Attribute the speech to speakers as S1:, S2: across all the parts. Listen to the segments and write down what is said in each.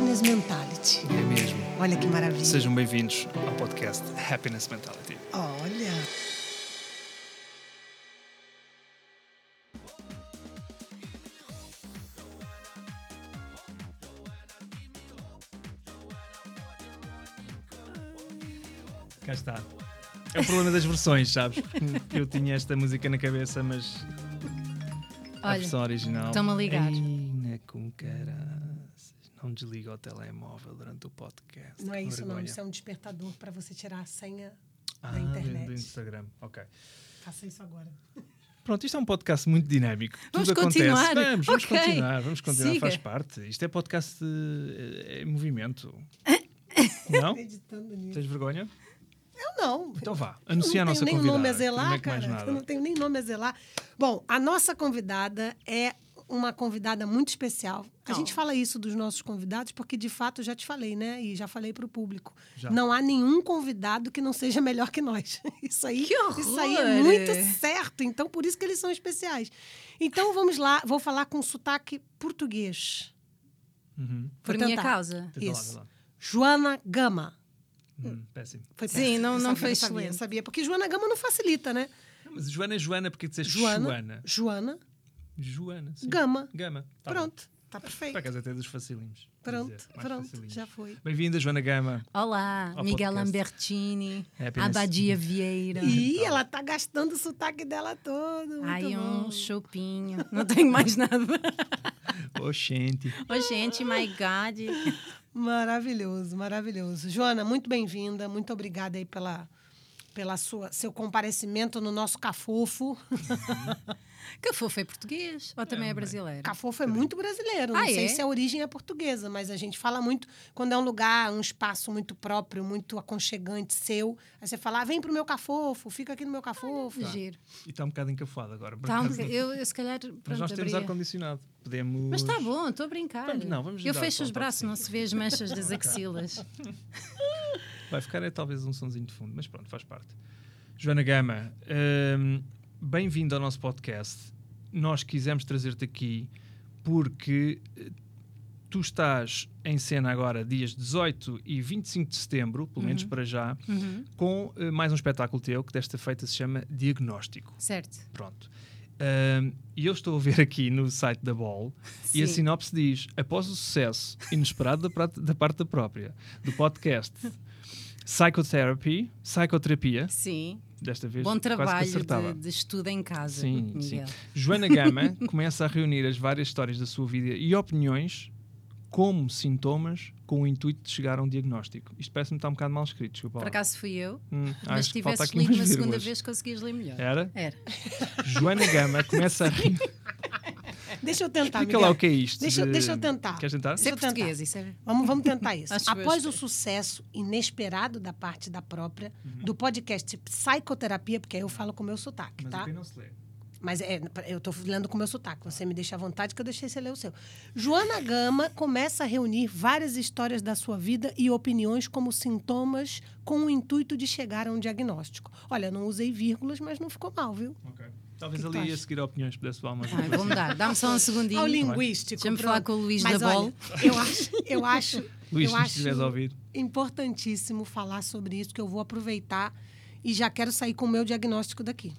S1: Mentality.
S2: É mesmo.
S1: Olha que maravilha.
S2: Sejam bem-vindos ao podcast Happiness Mentality.
S1: Olha.
S2: Cá está. É o problema das versões, sabes? Eu tinha esta música na cabeça, mas a
S3: Olha,
S2: versão original.
S3: estão-me a ligar.
S2: Eina com caraças. Não desliga o telemóvel durante o podcast.
S1: Não é
S2: que
S1: isso, não.
S2: vergonha.
S1: Isso é um despertador para você tirar a senha
S2: Ah,
S1: da internet.
S2: do Instagram. Ok.
S1: Faça isso agora.
S2: Pronto, isto é um podcast muito dinâmico.
S3: Vamos
S2: Tudo
S3: continuar?
S2: acontece. Vamos, vamos
S3: Ok.
S2: continuar, vamos continuar,
S3: Siga.
S2: faz parte. Isto é podcast eh, eh, em movimento. Não?
S1: Acreditando nisso.
S2: Tens vergonha?
S1: Eu não.
S2: Então vá,
S1: Eu
S2: anuncia a
S1: não
S2: nossa
S1: tenho nem
S2: convidada.
S1: nome a zelar,
S3: é
S2: primeiro que mais
S1: cara. Então Eu não
S2: nada.
S1: tenho nem nome a zelar. Bom, a nossa convidada é uma convidada muito especial. A
S3: Oh.
S1: gente fala isso dos nossos convidados porque, de fato, eu já te falei, né? E já falei para o público.
S2: Já.
S1: Não há nenhum convidado que não seja melhor que nós. Isso aí,
S3: Que horror!
S1: isso aí é muito certo. Então, por isso que eles são especiais. Então, vamos lá. Vou falar com sotaque português.
S2: Uhum.
S1: Vou
S3: Por minha
S1: tentar.
S3: causa.
S2: Tenta
S1: Isso.
S2: lá, tenta
S1: Joana Gama.
S2: lá. Hum, péssimo.
S1: Foi
S3: Sim,
S1: péssimo.
S3: não-
S1: Eu
S3: não
S1: sabia,
S3: foi
S1: eu sabia, eu
S3: excelente.
S1: sabia. Porque Joana Gama não facilita, né?
S2: Não, mas Joana é Joana, porque disseste
S1: Joana.
S2: Joana.
S1: Joana
S2: Joana. sim.
S1: Gama.
S2: Gama. Tá bom.
S1: Pronto, tá
S2: Por
S1: perfeito.
S2: acaso até dos facilinhos.
S1: Pronto,
S2: Dizer, mais Então,
S1: pronto,
S2: facilinhos.
S1: já foi.
S2: Bem-vinda, Joana Gama.
S3: Olá,
S2: Ao
S3: Miguel
S2: podcast. É um.
S3: Lambertini,
S2: Happiness.
S3: Abadia Vieira.
S2: então.
S1: Ih, ela tá gastando o sotaque dela todo.
S3: Ai,
S1: muito bom.
S3: um chopinho. Não tenho mais nada.
S2: Oxente.
S3: Ô, gente, my God.
S1: Maravilhoso, maravilhoso. Joana, muito bem-vinda, muito obrigada aí pela, pela sua, seu comparecimento no nosso Cafofo.
S3: Cafofo é português ou também é brasileiro?
S1: Cafofo é muito brasileiro, não
S3: Ah,
S1: sei
S3: é?
S1: se a origem é portuguesa, mas a gente fala muito quando é um lugar, um espaço muito próprio, muito aconchegante, seu. Aí você fala, ah, vem pro meu Cafofo, fica aqui no meu Cafofo.
S3: Giro.
S2: E está um bocado encafado agora. por
S3: Tá, um
S2: acaso.
S3: boca- eu, eu, se calhar,
S2: Mas
S3: pronto,
S2: nós temos
S3: abria.
S2: ar-condicionado. Podemos.
S3: Mas tá bom, estou a brincar.
S2: Vamos- não, vamos
S3: eu
S2: dar
S3: fecho
S2: só
S3: os
S2: um
S3: braços, não se vê as manchas das axilas.
S2: Vai ficar é talvez um sonzinho de fundo, mas pronto, faz parte. Joana Gama, hum, bem-vindo ao nosso podcast. Nós quisemos trazer-te aqui porque eh, tu estás em cena agora, dias 18 e 25 de setembro, pelo menos para já,
S3: Uhum,
S2: com eh, mais um espetáculo teu que desta feita se chama Diagnóstico.
S3: Certo.
S2: Pronto. Ahm, e eu estou a ver aqui no site da Ball e assim a
S3: Sim.
S2: sinopse diz: após o sucesso inesperado da, prata- da parte da própria do podcast Psychotherapy, Psicoterapia,
S3: Sim.
S2: desta vez
S3: Bom
S2: quase que
S3: trabalho
S2: acertava.
S3: de, de estudo em casa,
S2: Sim, sim.
S3: Miguel.
S2: Joana Gama começa a reunir as várias histórias da sua vida e opiniões como sintomas com o intuito de chegar a um diagnóstico. Isto parece-me estar um bocado mal escrito, desculpa.
S3: Por
S2: lá.
S3: acaso fui eu,
S2: Hum,
S3: mas
S2: acho
S3: se
S2: que falta
S3: tivesses
S2: aqui
S3: lido
S2: umas
S3: uma segunda
S2: vírgulas. É.
S3: vez conseguias ler melhor.
S2: Era?
S3: Era.
S2: Joana Gama começa a reunir.
S1: Deixa eu tentar,
S2: Explica
S1: Miguel.
S2: lá o que é isto.
S1: Deixa eu- deixa eu tentar.
S2: Queres tentar?
S3: Isso é
S1: eu tentar.
S3: português, isso é.
S1: Vamos, vamos tentar isso.
S3: Acho
S1: Após
S3: justo.
S1: o sucesso inesperado da parte da própria, do podcast Psicoterapia, porque aí eu falo com o meu sotaque, tá?
S2: não se lê.
S1: Mas é, eu tô lendo com o meu sotaque. Você me deixa à vontade que eu deixei você ler o seu. Joana Gama começa a reunir várias histórias da sua vida e opiniões como sintomas com o intuito de chegar a um diagnóstico. Olha, eu não usei vírgulas, mas não ficou mal, viu?
S2: Talvez
S1: O que é que tu
S2: ali a
S1: achas?
S2: seguir a opiniões pudesse dar uma
S3: Ai,
S2: ajuda.
S3: vamos dar. Dá-me só um segundinho.
S1: Ao linguístico.
S3: Deixa-me falar
S1: pronto.
S3: com o Luís
S1: mas
S3: da Bol.
S1: olha, eu acho, eu acho,
S2: Luís,
S1: eu
S2: se estiveres a
S1: acho
S2: ouvir,
S1: importantíssimo falar sobre isso, que eu vou aproveitar e já quero sair com o meu diagnóstico daqui.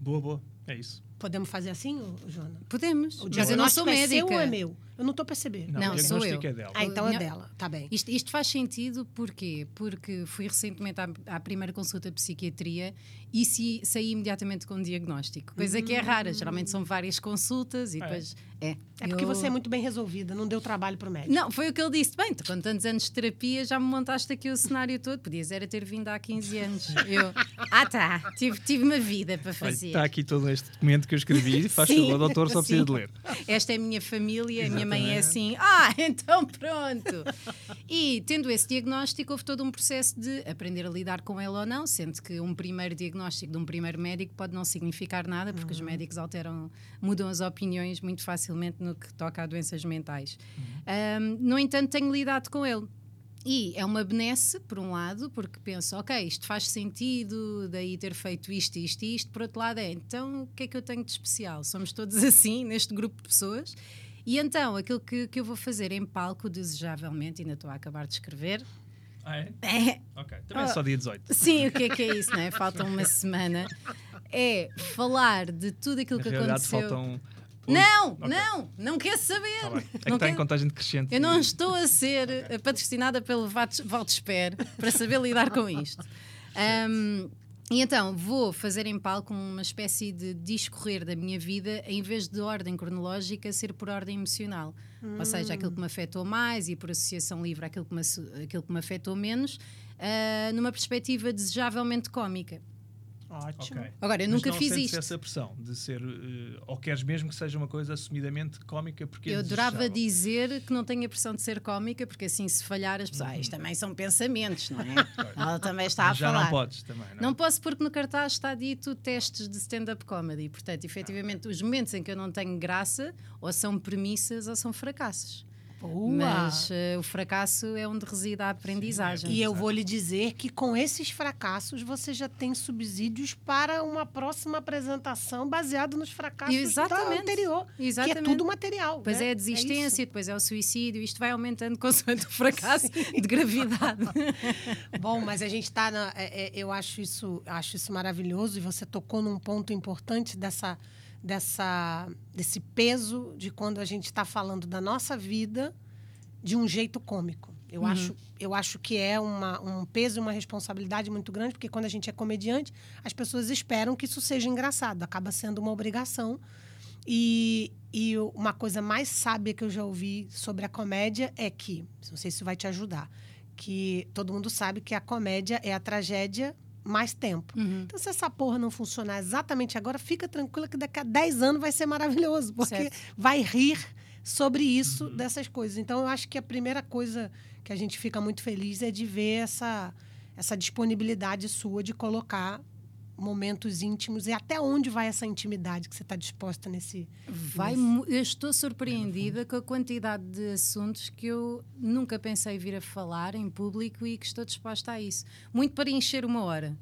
S2: boa, boa. É isso.
S1: Podemos fazer assim, ô, ô, Joana?
S3: Podemos.
S1: O
S3: Mas eu não sou
S1: diagnóstico é seu
S3: médica.
S1: ou é meu? Eu não tô percebendo.
S3: Não,
S2: o
S3: sou
S2: diagnóstico
S3: eu.
S2: é dela.
S1: Ah, então é
S3: Não.
S1: dela. Tá bem.
S3: Isto, isto faz sentido porquê? Porque fui recentemente à, à primeira consulta de psiquiatria e se, saí imediatamente com um diagnóstico. Coisa que é rara, geralmente são várias consultas e
S2: Ah, é?
S3: depois. É,
S1: É porque
S3: Eu-
S1: você é muito bem resolvida, não deu trabalho pro médico.
S3: Não, foi o que ele disse. Bem, tu com tantos anos de terapia já me montaste aqui o cenário todo. Podias era ter vindo há 15 anos. Eu, ah tá, tive, tive uma vida para
S2: Olha, tá
S3: fazer.
S2: está aqui todo este documento que eu escrevi. Faz
S3: Sim.
S2: favor, doutor, só precisa de ler.
S3: Esta é a minha família, a minha mãe
S2: Exatamente.
S3: é assim. Ah, então pronto. e tendo esse diagnóstico, houve todo um processo de aprender a lidar com ele ou não, sendo que um primeiro diagnóstico de um primeiro médico pode não significar nada, porque os médicos alteram, mudam as opiniões muito facilmente no que toca a doenças mentais. Ahm, no entanto, tenho lidado com ele. E é uma benesse, por um lado, porque penso, ok, isto faz sentido, daí ter feito isto, isto e isto. Por outro lado, é, então o que é que eu tenho de especial? Somos todos assim, neste grupo de pessoas. E então, aquilo que, que eu vou fazer em palco, desejavelmente, ainda estou a acabar de escrever.
S2: Ah, é?
S3: É,
S2: Ok. Também é só dia 18.
S3: sim, o que é que é isso, não é? Falta uma semana. É falar de tudo aquilo
S2: Na
S3: que
S2: realidade
S3: aconteceu.
S2: faltam.
S3: Não,
S2: Ok.
S3: não, não quero saber.
S2: Tá bem. É que
S3: Não
S2: está em
S3: quero-
S2: contagem decrescente.
S3: Eu não
S2: e-
S3: estou a ser eh, patrocinada pelo Vats- Valdesper para saber lidar com isto. Ahm, e então vou fazer em palco uma espécie de discorrer da minha vida, em vez de ordem cronológica, ser por ordem emocional. Ou seja, aquilo que
S2: Hum.
S3: me afetou mais e por associação livre aquilo que me, asso- aquilo que me afetou menos, ah, numa perspectiva desejavelmente cómica.
S1: Ótimo.
S2: Ok.
S3: Agora, eu
S2: Mas
S3: nunca
S2: não
S3: fiz
S2: sentes
S3: isto.
S2: essa pressão de ser. eh, ou queres mesmo que seja uma coisa assumidamente cómica porque. é
S3: Eu adorava
S2: desejável.
S3: dizer que não tenho a pressão de ser cómica, porque assim, se falhar, as pessoas. Ah, isto também são pensamentos, não é? Ela também está a
S2: Mas já
S3: falar.
S2: não podes também, não, é? Ah,
S3: Não posso porque no cartaz está dito testes de stand-up comedy. Portanto, efetivamente, os momentos em que eu não tenho graça ou são premissas ou são fracassos.
S1: Boa.
S3: Mas eh, o fracasso é onde reside a aprendizagem.
S1: é. E eu vou lhe dizer que com esses fracassos você já tem subsídios para uma próxima apresentação baseado nos fracassos da
S3: Exatamente.
S1: anterior.
S3: Exatamente.
S1: Que é tudo material.
S3: Depois
S1: né?
S3: é a desistência,
S1: isso.
S3: depois é o suicídio, isto vai aumentando consoante o fracasso de gravidade.
S1: Bom, mas a gente tá está. é, eu acho isso, acho isso maravilhoso e você tocou num ponto importante dessa, dessa, desse peso de quando a gente está falando da nossa vida de um jeito cômico. Eu,
S3: Uhum.
S1: acho, eu acho que é uma, um peso e uma responsabilidade muito grande, porque quando a gente é comediante, as pessoas esperam que isso seja engraçado, acaba sendo uma obrigação. E, e uma coisa mais sábia que eu já ouvi sobre a comédia é que, não sei se isso vai te ajudar, que todo mundo sabe que a comédia é a tragédia mais tempo.
S3: Uhum.
S1: Então, se essa porra não funcionar exatamente agora, fica tranquila que daqui a 10 anos vai ser maravilhoso, porque
S3: Certo.
S1: vai rir sobre isso, dessas coisas. Então, eu acho que a primeira coisa que a gente fica muito feliz é de ver essa, essa disponibilidade sua de colocar momentos íntimos e até onde vai essa intimidade que você está disposta nesse.
S3: Vai,
S1: nesse-
S3: mu- eu estou surpreendida com a quantidade de assuntos que eu nunca pensei vir a falar em público e que estou disposta a isso. Muito para encher uma hora.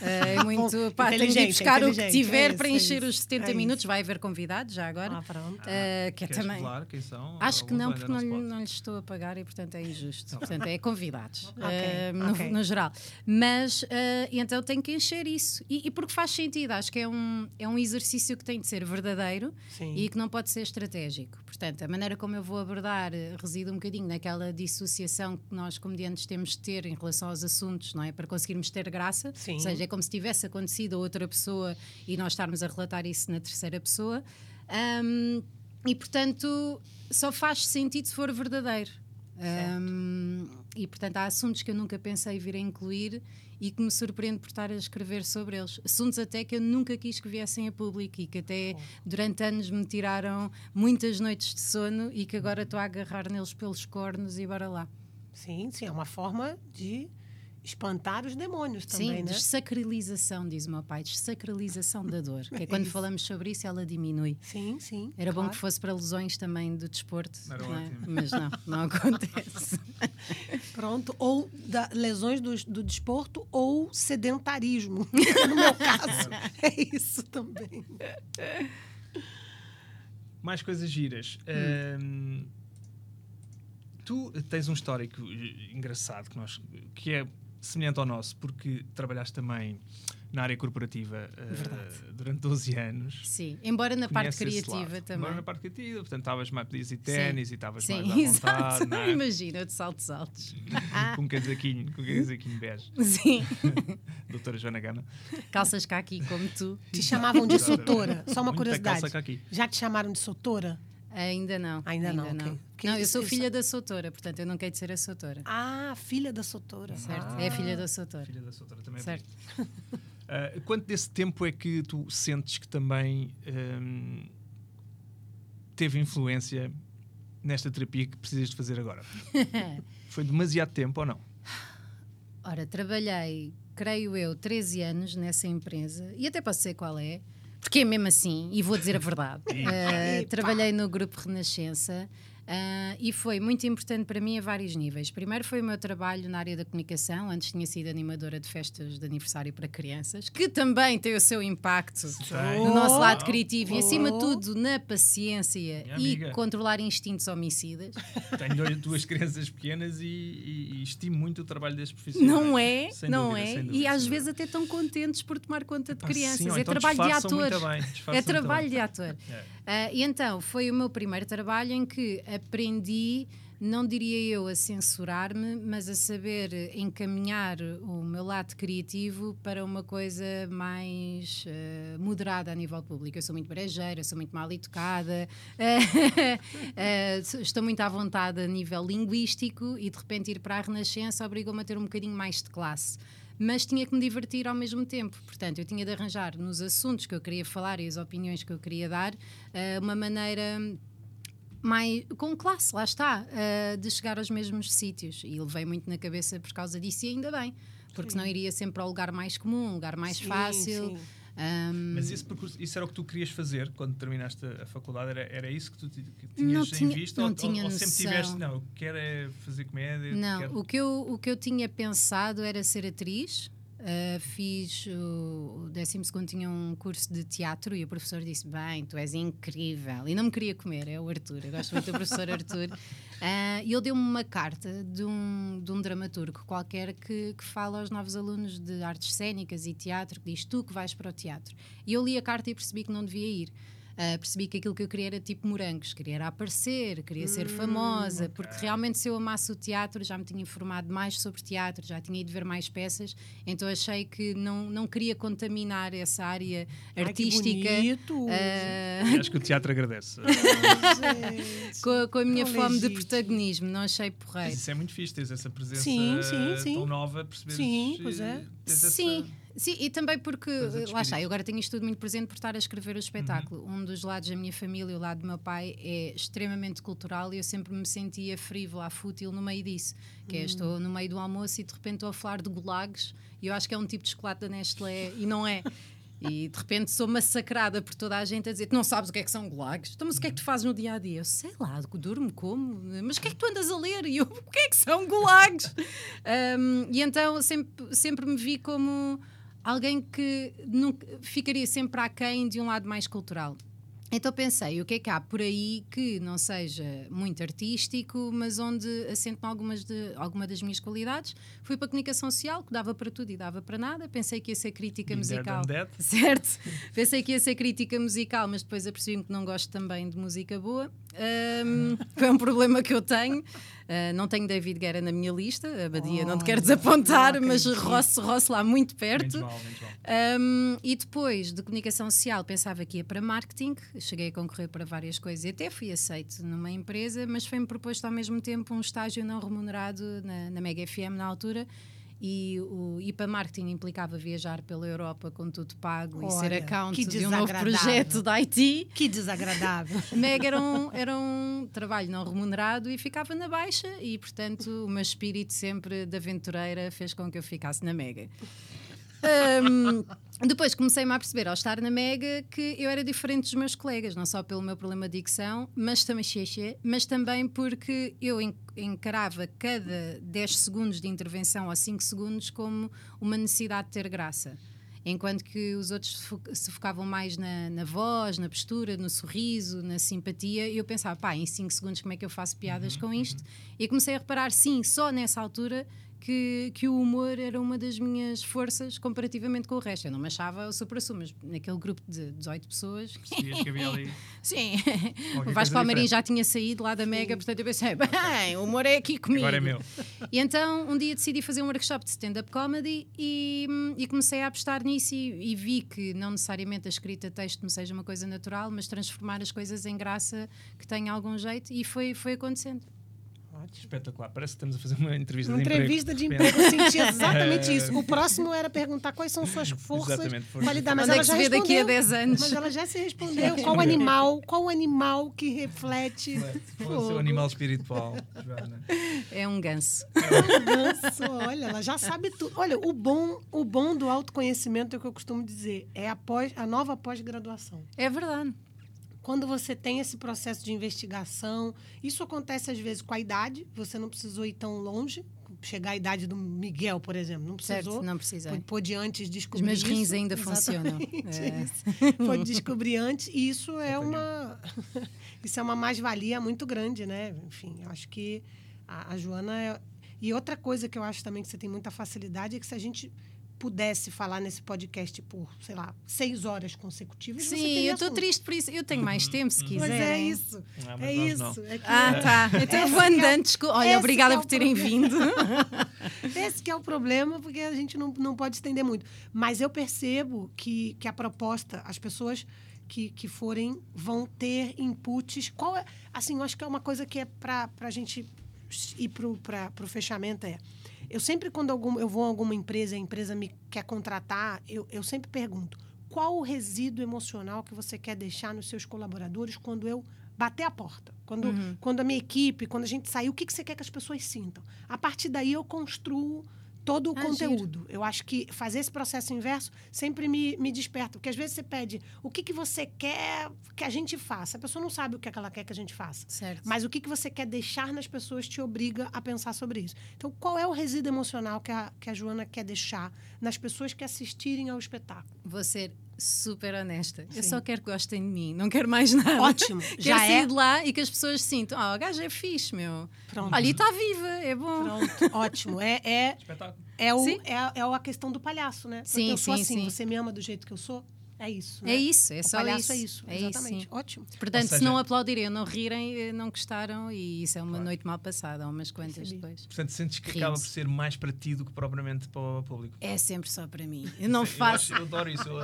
S3: Eh, É muito
S1: Bom,
S3: pá, tenho de ir
S1: inteligente,
S3: buscar o que
S1: inteligente.
S3: tiver
S1: É isso,
S3: para
S1: é
S3: encher
S1: isso,
S3: os 70
S1: é
S3: minutos. Vai haver convidados já agora.
S1: Ah, pronto.
S3: Eh, que é
S2: Queres
S3: também.
S2: revelar quem são?
S3: Acho
S2: Ou
S3: que não,
S2: ainda
S3: porque não, lhe-
S2: se pode?
S3: não lhes estou a pagar e, portanto, é injusto. Portanto, é convidados,
S1: Então. Ok,
S3: eh, no,
S1: ok.
S3: no geral. Mas, eh, então, tenho que encher isso. E, e porque faz sentido, acho que é um, é um exercício que tem de ser verdadeiro
S1: Sim.
S3: e que não pode ser estratégico. Portanto, a maneira como eu vou abordar eh, reside um bocadinho naquela dissociação que nós comediantes temos de ter em relação aos assuntos, não é? Para conseguirmos ter graça.
S1: Sim.
S3: Ou seja, é como se tivesse acontecido a outra pessoa e nós estarmos a relatar isso na terceira pessoa. Ahm, e, portanto, só faz sentido se for verdadeiro.
S1: Certo.
S3: Ahm, e, portanto, há assuntos que eu nunca pensei vir a incluir e que me surpreende por estar a escrever sobre eles. Assuntos até que eu nunca quis que viessem a público e que até durante anos me tiraram muitas noites de sono e que agora estou a agarrar neles pelos cornos e bora lá.
S1: Sim, sim, é uma forma de espantar os demônios também,
S3: Sim,
S1: né?
S3: desacralização, diz o meu pai, desacralização da dor. Que é quando
S1: Isso.
S3: falamos sobre isso, ela diminui.
S1: Sim, sim.
S3: Era bom
S1: claro.
S3: que fosse para lesões também do desporto,
S2: Era
S3: não é?
S2: ótimo.
S3: mas não, não acontece.
S1: Pronto, ou da- lesões do, do desporto ou sedentarismo, no meu caso. É isso também.
S2: Mais coisas giras.
S3: Hum.
S2: Ahm, tu tens um histórico eh, engraçado que, nós, que é semelhante ao nosso, porque trabalhaste também na área corporativa eh,
S3: Verdade.
S2: durante 12 anos.
S3: Sim, embora na parte
S2: Conheces esse
S3: criativa
S2: lado.
S3: também.
S2: Embora na parte criativa, portanto, estavas mais pedias e ténis e estavas mais à
S3: Sim,
S2: vontade,
S3: exato. Ah.
S2: não é?
S3: Imagina, eu de saltos altos.
S2: com um casaquinho, com um casaquinho bege,
S3: Sim,
S2: doutora Joana Gama.
S3: calças cá aqui como tu.
S1: Te chamavam de
S2: Exato.
S1: sotora, só uma
S2: Muita
S1: curiosidade.
S2: calça cá aqui.
S1: Já te chamaram de sotora?
S3: Ainda não.
S1: Ainda não, ok. Porque
S3: Não, eu
S1: isso-
S3: sou
S1: isso-
S3: filha da Soutora, portanto eu não quero ser a Soutora.
S1: Ah, filha da sotora.
S3: Certo?
S1: Ah.
S3: É a filha da Soutora.
S2: Filha da Soutora também. é
S3: Certo.
S2: Ah, quanto desse tempo é que tu sentes que também hum, teve influência nesta terapia que precisas de fazer agora? Foi demasiado tempo ou não?
S3: Ora, trabalhei, creio eu, 13 anos nessa empresa e até posso dizer qual é, porque é mesmo assim, e vou dizer a verdade. Eh,
S1: Epa.
S3: trabalhei no Grupo Renascença. Ah, e foi muito importante para mim a vários níveis. Primeiro foi o meu trabalho na área da comunicação, antes tinha sido animadora de festas de aniversário para crianças, que também tem o seu impacto
S2: Tem.
S3: no nosso lado
S2: Oh.
S3: criativo e, acima de
S1: Oh.
S3: tudo, na paciência
S2: Minha
S3: e
S2: amiga.
S3: controlar instintos homicidas.
S2: Tenho dois- duas crianças pequenas e, e- e estimo muito o trabalho destes profissionais.
S3: Não é?
S2: Sem
S3: não
S2: dúvida,
S3: é?
S2: sem
S3: e
S2: dúvida,
S3: às
S2: sem
S3: vezes
S2: dúvida.
S3: até tão contentes por tomar conta de
S2: Pá,
S3: crianças.
S2: sim, ou
S3: é
S2: então
S3: trabalho de
S2: disfarçam muito
S3: ator.
S2: bem, um
S3: É
S2: disfarçam
S3: trabalho
S2: muito
S3: de ator.
S2: bem. É.
S3: Ah, e então, foi o meu primeiro trabalho em que aprendi, não diria eu a censurar-me, mas a saber encaminhar o meu lado criativo para uma coisa mais ah, moderada a nível público. Eu sou muito brejeira, sou muito mal educada, ah, ah, estou muito à vontade a nível linguístico e de repente ir para a Renascença obrigou-me a ter um bocadinho mais de classe mas tinha que me divertir ao mesmo tempo. Portanto, eu tinha de arranjar nos assuntos que eu queria falar e as opiniões que eu queria dar eh, uma maneira mais com classe, lá está, eh, de chegar aos mesmos sítios. E levei muito na cabeça por causa disso e ainda bem, porque senão iria sempre ao lugar mais comum, um lugar mais
S1: Sim,
S3: fácil. ah,
S1: sim.
S2: Mas
S1: Hum.
S2: esse percurso, isso era o que tu querias fazer quando terminaste a, a faculdade? Era, era isso que tu ti- que tinhas
S3: Não
S2: em
S3: tinha-
S2: vista?
S3: não
S2: ou,
S3: tinha
S2: ou, ou sempre
S3: noção.
S2: tiveste, não, eu quero é fazer comédia? quero-
S3: Não, o que, eu, o que eu tinha pensado era ser atriz. Uh, fiz o, o 12 tinha um curso de teatro e o professor disse: Bem, tu és incrível. E não me queria comer, é o Arthur. Eu gosto muito do professor Arthur. Uh, e ele deu-me uma carta de um, de um dramaturgo qualquer que, que fala aos novos alunos de artes cênicas e teatro, que diz: Tu que vais para o teatro. E eu li a carta e percebi que não devia ir. Uh, percebi que aquilo que eu queria era tipo morangos, queria era aparecer, queria
S1: Hum,
S3: ser famosa, porque realmente se eu amasse o teatro, já me tinha informado mais sobre teatro, já tinha ido ver mais peças, então achei que não, não queria contaminar essa área
S1: Ai, que
S3: artística.
S1: bonito.
S3: uh,
S2: Acho que o teatro agradece.
S1: Gente.
S3: com, a- com a minha
S1: Tão
S3: fome de
S1: legítimo.
S3: protagonismo, não achei porreiro.
S2: Mas isso é muito fixe, teres essa presença
S1: Sim, sim, sim.
S2: tão nova, perceberes.
S1: Sim,
S2: eh,
S1: pois é.
S2: teres essa-
S3: Sim, sim, e também porque,
S2: Coisa de
S3: lá está,
S2: espírito.
S3: eu agora tenho isto tudo muito presente por estar a escrever o espetáculo. Um dos lados da minha família, o lado do meu pai, é extremamente cultural e eu sempre me sentia frívola, fútil no meio disso. Que é, estou no meio do almoço e de repente estou a falar de gulags e eu acho que é um tipo de chocolate da Nestlé e não é. E de repente sou massacrada por toda a gente a dizer: Tu não sabes o que é que são gulags? Então, mas o que é que tu fazes no dia a dia? Eu sei lá, durmo como? Mas o que é que tu andas a ler? E eu: O que é que são gulags? Um, e então sempre, sempre me vi como alguém que nunca, ficaria sempre aquém de um lado mais cultural. Então pensei, o que é que há por aí que não seja muito artístico, mas onde assentam algumas de, alguma das minhas qualidades? Fui para a comunicação social, que dava para tudo e dava para nada. Pensei que ia ser crítica
S2: Be there
S3: musical.
S2: than that.
S3: Certo? Pensei que ia ser crítica musical, mas depois apercebi-me que não gosto também de música boa. Ahm, foi um problema que eu tenho. Ah, não tenho David Guerra na minha lista, Abadia, não te quero
S1: Olha,
S3: desapontar,
S1: não
S3: mas
S1: acredito.
S3: roço, roço lá muito
S2: Menos
S3: perto.
S2: mal, menos mal.
S3: Um, e depois de comunicação social pensava que ia para marketing, cheguei a concorrer para várias coisas e até fui aceito numa empresa, mas foi-me proposto ao mesmo tempo um estágio não remunerado na, na Mega FM na altura. E o ir para marketing implicava viajar pela Europa com tudo pago e ser
S1: Olha,
S3: account
S1: que
S3: de um novo
S1: desagradável.
S3: projeto da IT.
S1: Que desagradável.
S3: Mega era um, era um trabalho não remunerado e ficava na baixa, e portanto o meu espírito sempre de aventureira fez com que eu ficasse na Mega. Ahm, depois comecei-me a perceber, ao estar na Mega, que eu era diferente dos meus colegas, não só pelo meu problema de dicção, mas também, xexé, mas também porque eu en- encarava cada 10 segundos de intervenção ou 5 segundos como uma necessidade de ter graça. Enquanto que os outros se fo- se focavam mais na, na voz, na postura, no sorriso, na simpatia, eu pensava, pá, em 5 segundos como é que eu faço piadas com isto? E comecei a reparar, sim, só nessa altura que, que o humor era uma das minhas forças comparativamente com o resto. Eu não me achava o supra-sumo, mas naquele grupo de 18 pessoas,
S2: Percebias que havia ali.
S3: sim.
S2: Qualquer
S3: o
S2: coisa
S3: Vasco Palmeirim
S2: diferente.
S3: já tinha saído lá da Mega, portanto eu pensei, bem, o humor é aqui comigo.
S2: Agora é meu.
S3: E então um dia decidi fazer um workshop de stand-up comedy e, hum, e comecei a apostar nisso e, e vi que não necessariamente a escrita texto me seja uma coisa natural, mas transformar as coisas em graça que tenha algum jeito e foi, foi acontecendo.
S2: Espetacular. Parece que estamos a fazer uma entrevista
S1: Uma
S2: de emprego.
S1: entrevista de
S2: repente.
S1: emprego, eu senti exatamente isso. O próximo era perguntar quais são suas forças,
S2: É. Exatamente, forças.
S1: qualidade, mas
S3: Onde é
S1: ela
S3: que
S1: já
S3: se vê daqui a
S1: respondeu.
S3: 10 anos?
S1: Mas ela já se respondeu. Qual animal, qual animal que reflete
S2: Qual é o seu
S1: fogo?
S2: animal espiritual, Joana?
S3: É um ganso.
S1: Nossa, olha, ela já sabe tudo. Olha, o bom, o bom do autoconhecimento é o que eu costumo dizer, é a, pós, a nova pós-graduação.
S3: É verdade.
S1: Quando você tem esse processo de investigação, isso acontece às vezes com a idade, você não precisou ir tão longe, chegar à idade do Miguel, por exemplo, não precisou.
S3: Certo, não precisa.
S1: Pô- Pôde antes descobrir.
S3: Os meus
S1: isso.
S3: rins ainda funcionam.
S1: Exatamente
S3: É.
S1: isso.
S2: Hum.
S1: Pôde descobrir antes e isso é
S2: Eu tenho.
S1: uma isso é uma mais-valia muito grande, né? Enfim, eu acho que a, a Joana é... e outra coisa que eu acho também que você tem muita facilidade é que se a gente pudesse falar nesse podcast por, sei lá, seis horas consecutivas, você
S3: Sim,
S1: teria
S3: eu estou
S1: assunto.
S3: triste por isso. Eu tenho mais tempo, se
S1: Mas
S3: quiser.
S1: é isso,
S2: Ah, mas
S1: é
S2: nós
S1: isso.
S2: não.
S1: é que-
S3: Ah, tá. Então eu vou
S1: Esse que é o-
S3: andando. desculpa. Olha,
S1: esse
S3: obrigada
S1: que é o
S3: por terem vindo.
S1: Esse que é o problema, porque a gente não, não pode estender muito. Mas eu percebo que, que a proposta, as pessoas que, que forem vão ter inputs. Qual é, assim, eu acho que é uma coisa que é para a gente ir para o fechamento é. Eu sempre, quando algum, eu vou a alguma empresa e a empresa me quer contratar, eu, eu sempre pergunto qual o resíduo emocional que você quer deixar nos seus colaboradores quando eu bater a porta? Quando, quando a minha equipe, quando a gente sair, o que, que você quer que as pessoas sintam? A partir daí eu construo todo o
S3: Ah,
S1: conteúdo. Eu acho que fazer esse processo inverso sempre me, me desperta. Porque às vezes você pede o que, que você quer que a gente faça. A pessoa não sabe o que, é que ela quer que a gente faça.
S3: Certo.
S1: Mas o que, que você quer deixar nas pessoas te obriga a pensar sobre isso. Então, qual é o resíduo emocional que a, que a Joana quer deixar nas pessoas que assistirem ao espetáculo?
S3: Vou ser super honesta. Eu
S1: Sim.
S3: só quero que gostem de mim, não quero mais nada.
S1: Ótimo!
S3: Quero
S1: Já
S3: sair
S1: é.
S3: de lá e que as pessoas sintam: ah, o gajo é fixe, meu.
S1: Pronto.
S3: Olha, e está viva, é bom.
S1: Pronto, ótimo. É, é,
S2: Espetáculo.
S1: é, o,
S3: Sim.
S1: é, a- é a questão do palhaço, né?
S3: Sim,
S1: eu sou
S3: sim,
S1: assim,
S3: sim.
S1: você me ama do jeito que eu sou? É isso.
S3: É
S1: né?
S3: isso, é
S1: O
S3: só
S1: palhaço
S3: isso.
S1: é isso.
S3: É
S1: exatamente.
S3: Isso, sim.
S1: Ótimo.
S3: Portanto,
S2: Ou seja-
S3: se não aplaudirem, não rirem, eh, não gostaram e isso é uma
S2: Claro.
S3: noite mal passada, há umas quantas
S1: Percebi.
S3: depois.
S2: Portanto, sentes que acaba por
S3: Riam-se.
S2: ser mais para ti do que propriamente para o público.
S3: É sempre só para mim. Eu não
S2: Isso é-
S3: faço.
S2: Eu, acho- eu adoro isso. Eu-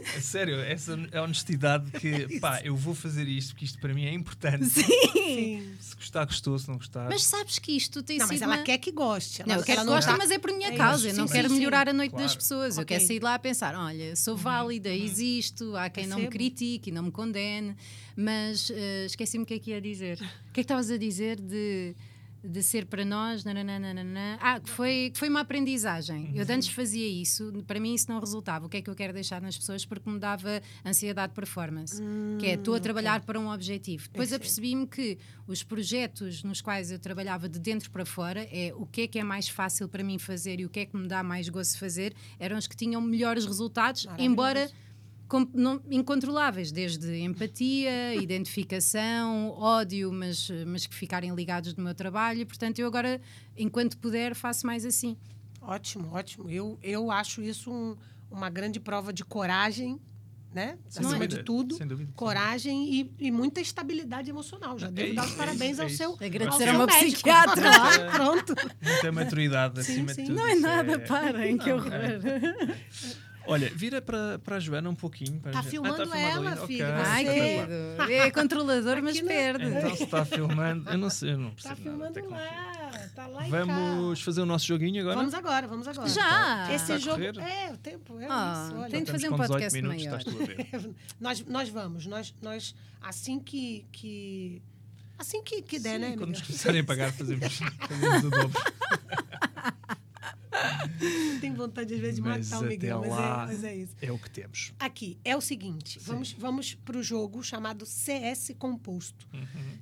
S2: é sério, essa é a honestidade que, pá, eu vou fazer isto, porque isto para mim é importante.
S1: Sim.
S2: Se gostar, gostou. Se não gostar.
S3: Mas sabes que isto tem
S1: Não,
S3: sido.
S1: mas ela
S3: uma-
S1: quer que goste. Ela,
S3: Não, eu quero
S1: ela
S3: que gostem,
S1: tá-
S3: mas é por minha
S1: É
S3: causa.
S1: isso,
S3: eu não
S1: sim,
S3: quero
S1: sim,
S3: melhorar a noite
S2: Claro.
S3: das pessoas.
S1: Ok.
S3: Eu
S1: Uhum.
S3: quero sair de lá a pensar: olha, sou válida, existo, há quem não me
S1: Percebo.
S3: critique e não me condene. Mas eh, esqueci-me o que é que ia dizer. O que é que estavas a dizer de. De ser para nós, nananana. Ah, que foi, que foi uma aprendizagem.
S1: Uhum.
S3: Eu de antes fazia isso, para mim isso não resultava. O que é que eu quero deixar nas pessoas? Porque me dava ansiedade de performance.
S1: Hum,
S3: que é, estou a trabalhar para um objetivo. Depois
S1: Perfeito.
S3: apercebi-me que os projetos nos quais eu trabalhava de dentro para fora é o que é que é mais fácil para mim fazer e o que é que me dá mais gozo fazer eram os que tinham melhores resultados,
S1: Maravilhoso.
S3: embora com- não- incontroláveis, desde empatia, identificação, ódio, mas, mas que ficarem ligados do meu trabalho. E, Portanto, eu agora, enquanto puder, faço mais assim.
S1: Ótimo, ótimo. Eu, eu acho isso um- uma grande prova de coragem, né?
S2: Sem
S1: Acima
S2: dúvida,
S1: de tudo.
S2: Sem dúvida.
S1: Coragem e, e muita estabilidade emocional. Já
S2: É
S1: devo
S2: isso,
S1: dar os
S2: é
S1: parabéns
S2: isso,
S1: ao
S2: é
S1: seu.
S2: isso.
S1: ao
S3: Agradecer a
S1: seu
S3: uma
S1: médico.
S3: psiquiatra.
S2: né?
S1: Ah, Pronto.
S2: Muita maturidade
S1: Sim,
S2: acima
S1: sim.
S2: de tudo.
S3: Não é
S2: Isso
S3: nada, parem, que
S2: Não,
S3: horror.
S2: é. Olha, vira para, para a Joana um pouquinho. Para
S1: Tá
S2: a Joana-
S1: filmando
S2: a filmar
S1: ela,
S2: ali.
S1: filho,
S2: Ok,
S1: você-
S3: Ai,
S2: então,
S1: Sim.
S3: querido. É controlador, mas
S1: Aqui não-
S3: perde.
S2: Então se está filmando, eu não sei, eu não
S1: Tá
S2: percebo
S1: filmando
S2: nada de tecnologia.
S1: lá. Tá lá e
S2: Vamos fazer o nosso joguinho
S1: cá.
S2: agora?
S1: Vamos agora, vamos agora.
S3: Já!
S1: Esse
S2: Tá a
S1: jogo.
S2: correr?
S1: É, o tempo. É
S3: Ah,
S1: isso. Olha.
S3: tem
S2: Estamos
S3: de fazer um
S2: com 18
S3: podcast
S2: minutos,
S3: maior.
S2: estás tu a ver.
S1: nós, nós vamos. Nós, nós, assim que. que assim que, que der,
S2: Sim,
S1: né?
S2: Quando
S1: amiga?
S2: nos começarem a pagar, fazemos, fazemos o dobro.
S1: Tem vontade, às vezes, de
S2: Mas
S1: matar o Miguel,
S2: até
S1: mas
S2: lá-
S1: é, mas é isso.
S2: É o que temos.
S1: Aqui, é o seguinte: vamos, vamos para o jogo chamado CS Composto.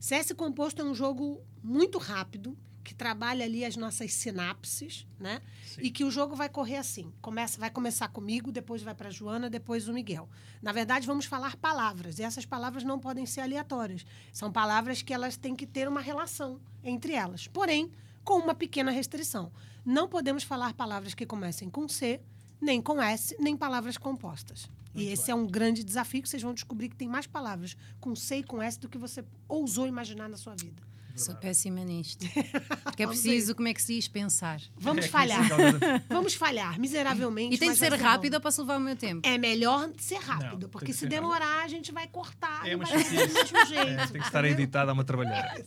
S1: CS Composto é um jogo muito rápido, que trabalha ali as nossas sinapses, né?
S2: Sim.
S1: E que o jogo vai correr assim. Começa, vai começar comigo, depois vai para Joana, depois o Miguel. Na verdade, vamos falar palavras. E essas palavras não podem ser aleatórias. São palavras que elas têm que ter uma relação entre elas. Porém, com uma pequena restrição. Não podemos falar palavras que comecem com C, nem com S, nem palavras compostas. e
S2: Muito
S1: esse
S2: bem.
S1: é um grande desafio que vocês vão descobrir que tem mais palavras com C e com S do que você ousou imaginar na sua vida.
S3: Sou
S2: Verdade.
S3: péssima nisto. Porque é
S1: Vamos
S3: preciso, como é que se diz, pensar.
S1: Vamos
S2: É,
S1: falhar.
S2: que isso é-
S1: Vamos falhar, miseravelmente.
S3: E tem de
S1: mas é vai
S3: ser
S1: bom.
S3: rápido ou posso levar o meu tempo?
S1: É melhor ser rápido,
S2: tem
S1: porque
S2: que
S1: se
S2: ser rápido.
S1: demorar, a gente vai cortar
S2: É
S1: e
S2: uma
S1: vai ser do
S2: chatice.
S1: mesmo jeito.
S2: É, tem que estar
S1: entendeu? É
S2: editada, a uma trabalhada.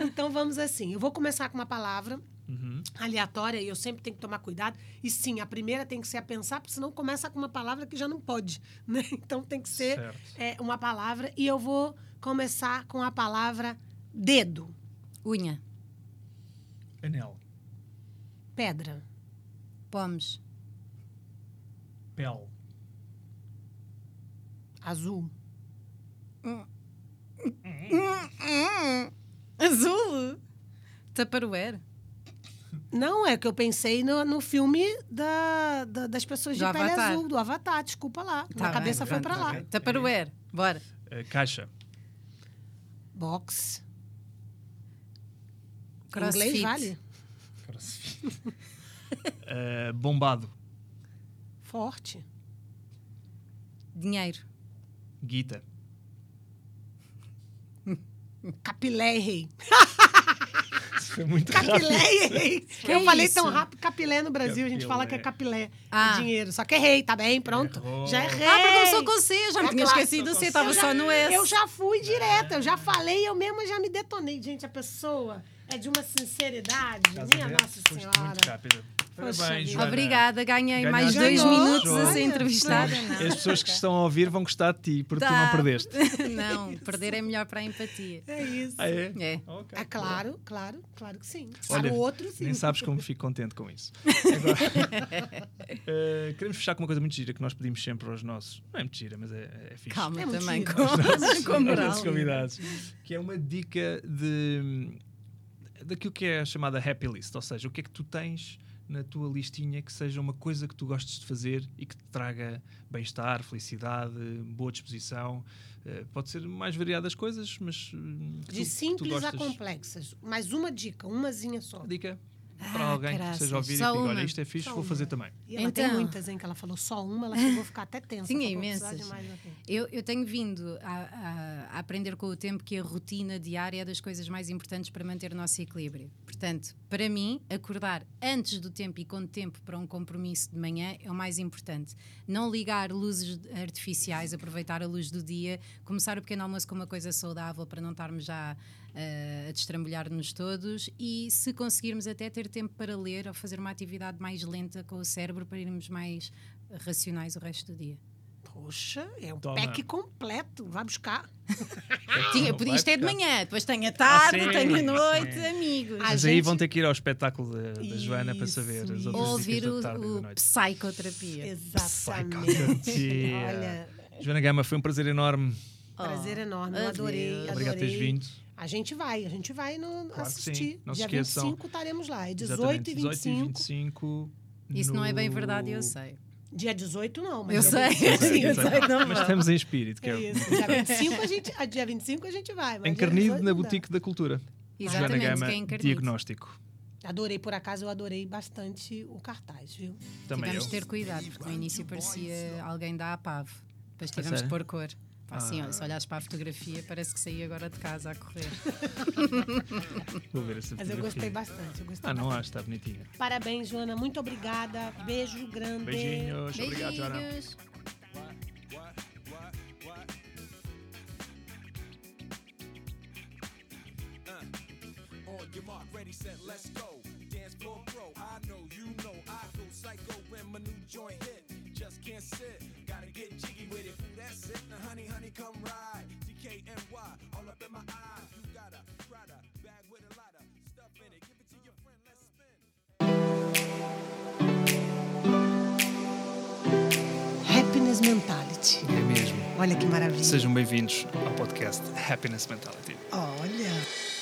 S1: Então vamos assim. Eu vou começar com uma palavra
S2: Uhum.
S1: aleatória e eu sempre tenho que tomar cuidado. E sim, a primeira tem que ser a pensar, porque senão começa com uma palavra que já não pode. Né? Então tem que ser
S2: Certo.
S1: é, uma palavra. E eu vou começar com a palavra dedo,
S3: Unha,
S2: Anel,
S1: pedra,
S3: pomes,
S2: pele,
S1: azul,
S3: Hum, Azul? Tupperware?
S1: Não, é que eu pensei no, no filme da, da- das pessoas de
S3: Do
S1: pele
S3: Avatar.
S1: azul, do Avatar, desculpa lá.
S3: Tá
S1: Minha
S3: bem,
S1: cabeça foi
S3: pronto,
S1: pra lá.
S3: ok. Tupperware, bora.
S2: Eh, caixa.
S1: Box. Em
S3: Crossfit.
S1: Inglês vale?
S2: Eh, bombado.
S1: Forte.
S3: Dinheiro.
S2: Guita.
S1: Capilé.
S2: Isso foi muito
S1: Tá Capilé.
S3: Que
S1: eu falei
S3: isso?
S1: tão rápido. Capilé no Brasil, a gente
S2: Capilé.
S1: fala que é capilé.
S3: Ah.
S1: É dinheiro. Só que errei, tá bem? Pronto.
S2: Errou.
S1: Já errei.
S3: Ah, porque começou com C, já me
S1: É
S3: tinha
S1: claro,
S3: esquecido o
S2: começou
S3: C,
S2: com
S3: estava
S1: Eu já-
S3: só no S.
S1: Eu já fui direta,
S2: É.
S1: eu já falei, eu mesma já me detonei. Gente, a pessoa é de uma sinceridade.
S2: Estás a
S1: Minha
S2: ver?
S1: Nossa
S2: Foste Muito
S1: Senhora.
S2: rápida. Parabéns,
S1: vida.
S2: Joana.
S3: Obrigada, ganhei
S2: Ganhaste
S3: mais
S2: o
S3: dois
S2: jogo.
S3: minutos a ser
S1: Olha, é
S3: entrevistada.
S2: As pessoas que estão a ouvir vão gostar de ti, porque tu
S3: Tá.
S2: não perdeste.
S3: Não, perder é melhor para a empatia.
S1: É isso.
S2: Ah, é?
S3: É.
S2: Ok.
S1: É claro, claro, claro que sim.
S2: Olha,
S1: Para o outro, sim.
S2: Nem sabes como fico contente com isso. Agora, eh, queremos fechar com uma coisa muito gira que nós pedimos sempre aos nossos. Não é muito gira, mas é, é fixe.
S3: Calma
S1: É muito
S3: também
S1: giro.
S3: com, com
S2: aos
S3: moral.
S2: nossos convidados. Que é uma dica de daquilo que é a chamada happy list, ou seja, o que é que tu tens na tua listinha que seja uma coisa que tu gostes de fazer e que te traga bem-estar, felicidade, boa disposição. Eh, pode ser mais variadas coisas, mas hum, que tu- que
S1: De
S2: tu
S1: simples a
S2: gostas.
S1: complexas. Mais uma dica, umazinha só.
S2: Dica para
S3: Ah,
S2: alguém que
S3: caraças,
S2: seja ouvir e que
S3: só
S2: diga, olha,
S3: uma.
S2: isto é fixe,
S1: Só
S2: vou
S1: uma.
S2: fazer também.
S1: E ela tem
S3: Então.
S1: muitas, hein? Que ela falou só uma, ela chegou a ficar até tensa.
S3: Tinha
S1: falou, "Vou precisar
S3: imensas.
S1: de mais uma dica."
S3: Eu, eu tenho vindo a, a- a aprender com o tempo que a rotina diária é das coisas mais importantes para manter o nosso equilíbrio. Portanto, para mim, acordar antes do tempo e com tempo para um compromisso de manhã é o mais importante. Não ligar luzes artificiais, aproveitar a luz do dia, começar o pequeno almoço com uma coisa saudável para não estarmos já eh, a destrambulhar-nos todos e, se conseguirmos, até ter tempo para ler ou fazer uma atividade mais lenta com o cérebro para irmos mais racionais o resto do dia.
S1: Poxa, é um
S2: Toma.
S1: pack completo. Vai buscar.
S3: Ah, Tinha, podias ter de manhã, depois tenho a tarde,
S2: Ah, sim,
S3: tenho a
S2: sim.
S3: noite, amigos.
S1: Ah,
S2: Mas
S1: gente-
S2: aí vão ter que ir ao espetáculo da, da Joana para
S1: Isso,
S2: saber as
S1: isso.
S2: outras
S3: Ou
S2: dicas
S3: ouvir
S2: da
S3: o,
S2: tarde e da
S3: o
S2: noite. é
S3: psicoterapia.
S1: Exatamente.
S2: Psicoterapia.
S1: Olha,
S2: Joana Gama, foi um prazer enorme.
S1: prazer
S3: Oh,
S1: enorme. Eu
S3: adeus.
S1: adorei.
S3: Obrigado
S2: Obrigado por
S1: adorei.
S2: teres vindo.
S1: A gente vai, a gente vai no,
S2: Claro que sim.
S1: assistir.
S2: Não se
S1: Dia
S2: esqueçam.
S1: 25 estaremos lá. É 18
S2: Exatamente,
S1: e 25.
S2: 25.
S3: Isso não é bem
S2: no-
S3: verdade, eu sei.
S1: Dia 18 não, mas
S3: Eu
S1: dia
S3: sei,
S1: 25.
S2: Pois é,
S3: eu
S2: pois é.
S3: sei, não
S2: Mas
S3: vale.
S2: estamos em espírito, que
S1: É
S2: é
S1: isso. Dia 25 a gente, a dia 25 a gente vai. mas dia
S2: encarnido
S1: 18
S2: na
S1: não.
S2: Boutique da Cultura.
S3: Exatamente,
S2: Joana Gama,
S3: quem é encarnido.
S2: diagnóstico.
S1: Adorei, por acaso, eu adorei bastante o cartaz, viu?
S2: Também
S3: Tivemos
S2: eu.
S3: de ter cuidado, porque no início parecia alguém da APAV. Depois tivemos de
S2: Ah, sério?
S3: pôr cor. Pá, Assim,
S2: Ah.
S3: ó, se olhares para a fotografia, parece que saí agora de casa a correr.
S2: Vou ver essa
S1: Mas eu
S2: fotografia.
S1: gostei bastante. Eu gostei
S2: Ah, não
S1: bastante.
S2: acho, está bonitinha.
S1: Parabéns, Joana. Muito obrigada. Beijo grande.
S2: Beijinhos, obrigado, Joana.
S3: Beijinhos.
S4: On your mark, ready, set, let's go. Dance floor pro, I know, you know, I go psycho when my new joint hit. Just can't sit, gotta get jiggy with it. Ooh, that's it. Now, honey, honey, come ride. DKNY, all up in my eyes. You got a Prada bag with a lot of stuff in it. Give it to your friend, let's spin.
S1: Happiness Mentality.
S2: É mesmo.
S1: Olha que maravilha.
S2: Sejam bem-vindos ao podcast Happiness Mentality.
S1: Olha.